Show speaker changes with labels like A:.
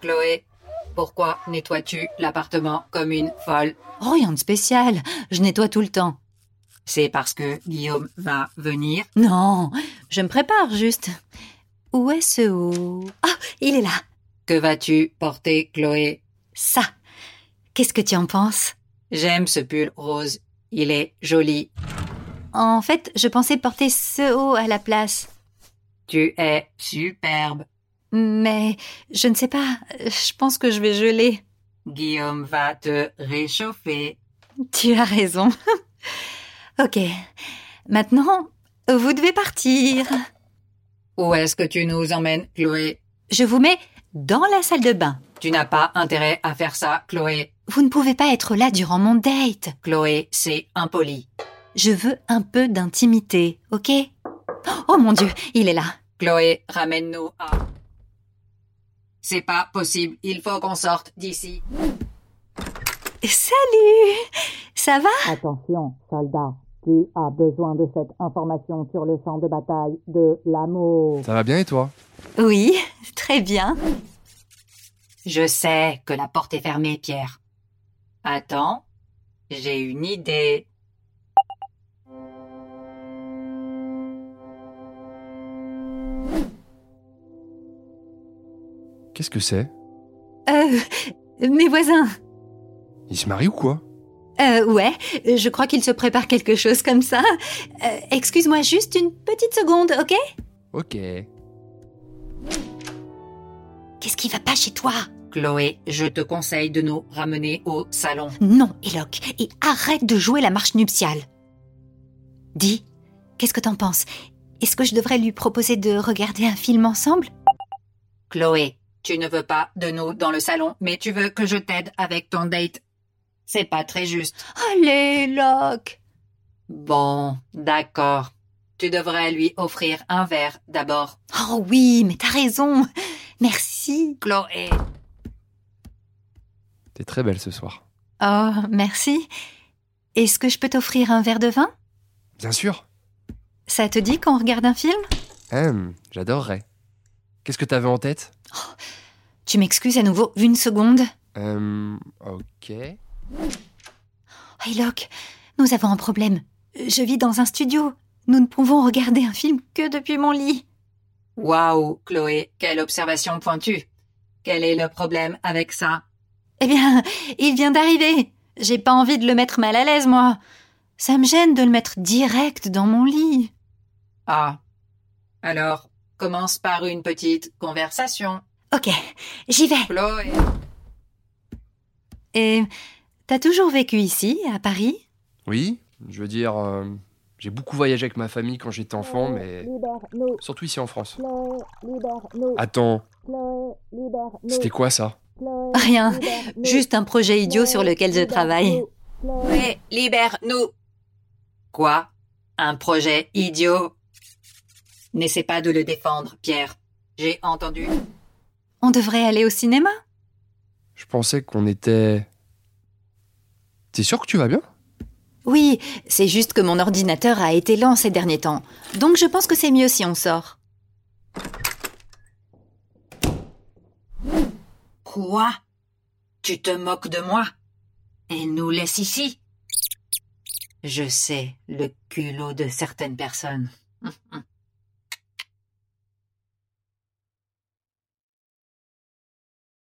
A: Chloé, pourquoi nettoies-tu l'appartement comme une folle
B: Oh, rien de spécial. Je nettoie tout le temps.
A: C'est parce que Guillaume va venir.
B: Non, je me prépare juste. Où est ce haut Ah, il est là.
A: Que vas-tu porter, Chloé
B: Ça. Qu'est-ce que tu en penses
A: J'aime ce pull rose. Il est joli.
B: En fait, je pensais porter ce haut à la place.
A: Tu es superbe.
B: Mais je ne sais pas. Je pense que je vais geler.
A: Guillaume va te réchauffer.
B: Tu as raison. ok. Maintenant, vous devez partir.
A: Où est-ce que tu nous emmènes, Chloé
B: Je vous mets dans la salle de bain.
A: Tu n'as pas intérêt à faire ça, Chloé.
B: Vous ne pouvez pas être là durant mon date.
A: Chloé, c'est impoli.
B: Je veux un peu d'intimité, ok Oh mon Dieu, il est là.
A: Chloé, ramène-nous à... C'est pas possible, il faut qu'on sorte d'ici.
B: Salut Ça va
C: Attention, soldat, tu as besoin de cette information sur le champ de bataille de l'amour.
D: Ça va bien et toi
B: Oui, très bien.
A: Je sais que la porte est fermée, Pierre. Attends, j'ai une idée.
D: Qu'est-ce que c'est
B: Euh, mes voisins.
D: Il se marie ou quoi
B: Euh, ouais, je crois qu'il se prépare quelque chose comme ça. Euh, Excuse-moi juste une petite seconde, ok
D: Ok.
B: Qu'est-ce qui va pas chez toi
A: Chloé, je te conseille de nous ramener au salon.
B: Non, Eloque, et arrête de jouer la marche nuptiale. Dis, qu'est-ce que t'en penses Est-ce que je devrais lui proposer de regarder un film ensemble
A: Chloé, tu ne veux pas de nous dans le salon, mais tu veux que je t'aide avec ton date. C'est pas très juste.
B: Allez, Eloque
A: Bon, d'accord. Tu devrais lui offrir un verre d'abord.
B: Oh oui, mais t'as raison Merci
A: Chloé,
D: T'es très belle ce soir.
B: Oh, merci Est-ce que je peux t'offrir un verre de vin
D: Bien sûr.
B: Ça te dit qu'on regarde un film
D: Hum, j'adorerais. Qu'est-ce que t'avais en tête
B: Tu m'excuses à nouveau une seconde
D: Hum, ok.
B: Hey Locke, Oh, nous avons un problème. Je vis dans un studio. Nous ne pouvons regarder un film que depuis mon lit.
A: Waouh, Chloé, quelle observation pointue. Quel est le problème avec ça
B: Eh bien, il vient d'arriver. J'ai pas envie de le mettre mal à l'aise, moi. Ça me gêne de le mettre direct dans mon lit.
A: Ah. Alors, commence par une petite conversation.
B: Ok, j'y vais.
A: Chloé.
B: Et t'as toujours vécu ici, à Paris
D: Oui, je veux dire, euh, j'ai beaucoup voyagé avec ma famille quand j'étais enfant, mais
C: Libère-nous,
D: surtout ici en France.
C: Chloé, libère-nous,
D: Attends,
C: Chloé, libère-nous.
D: c'était quoi ça
C: Chloé,
B: Rien, Ah,
C: libère-nous.
B: juste un projet idiot
C: Chloé,
B: sur lequel je travaille.
C: libère-nous. Chloé,
A: Chloé, libère-nous. Quoi Un projet idiot N'essaie pas de le défendre, Pierre. J'ai entendu.
B: On devrait aller au cinéma
D: Je pensais qu'on était... T'es sûr que tu vas bien
B: Oui, c'est juste que mon ordinateur a été lent ces derniers temps. Donc je pense que c'est mieux si on sort.
A: Quoi Tu te moques de moi Et nous laisse ici Je sais le culot de certaines personnes.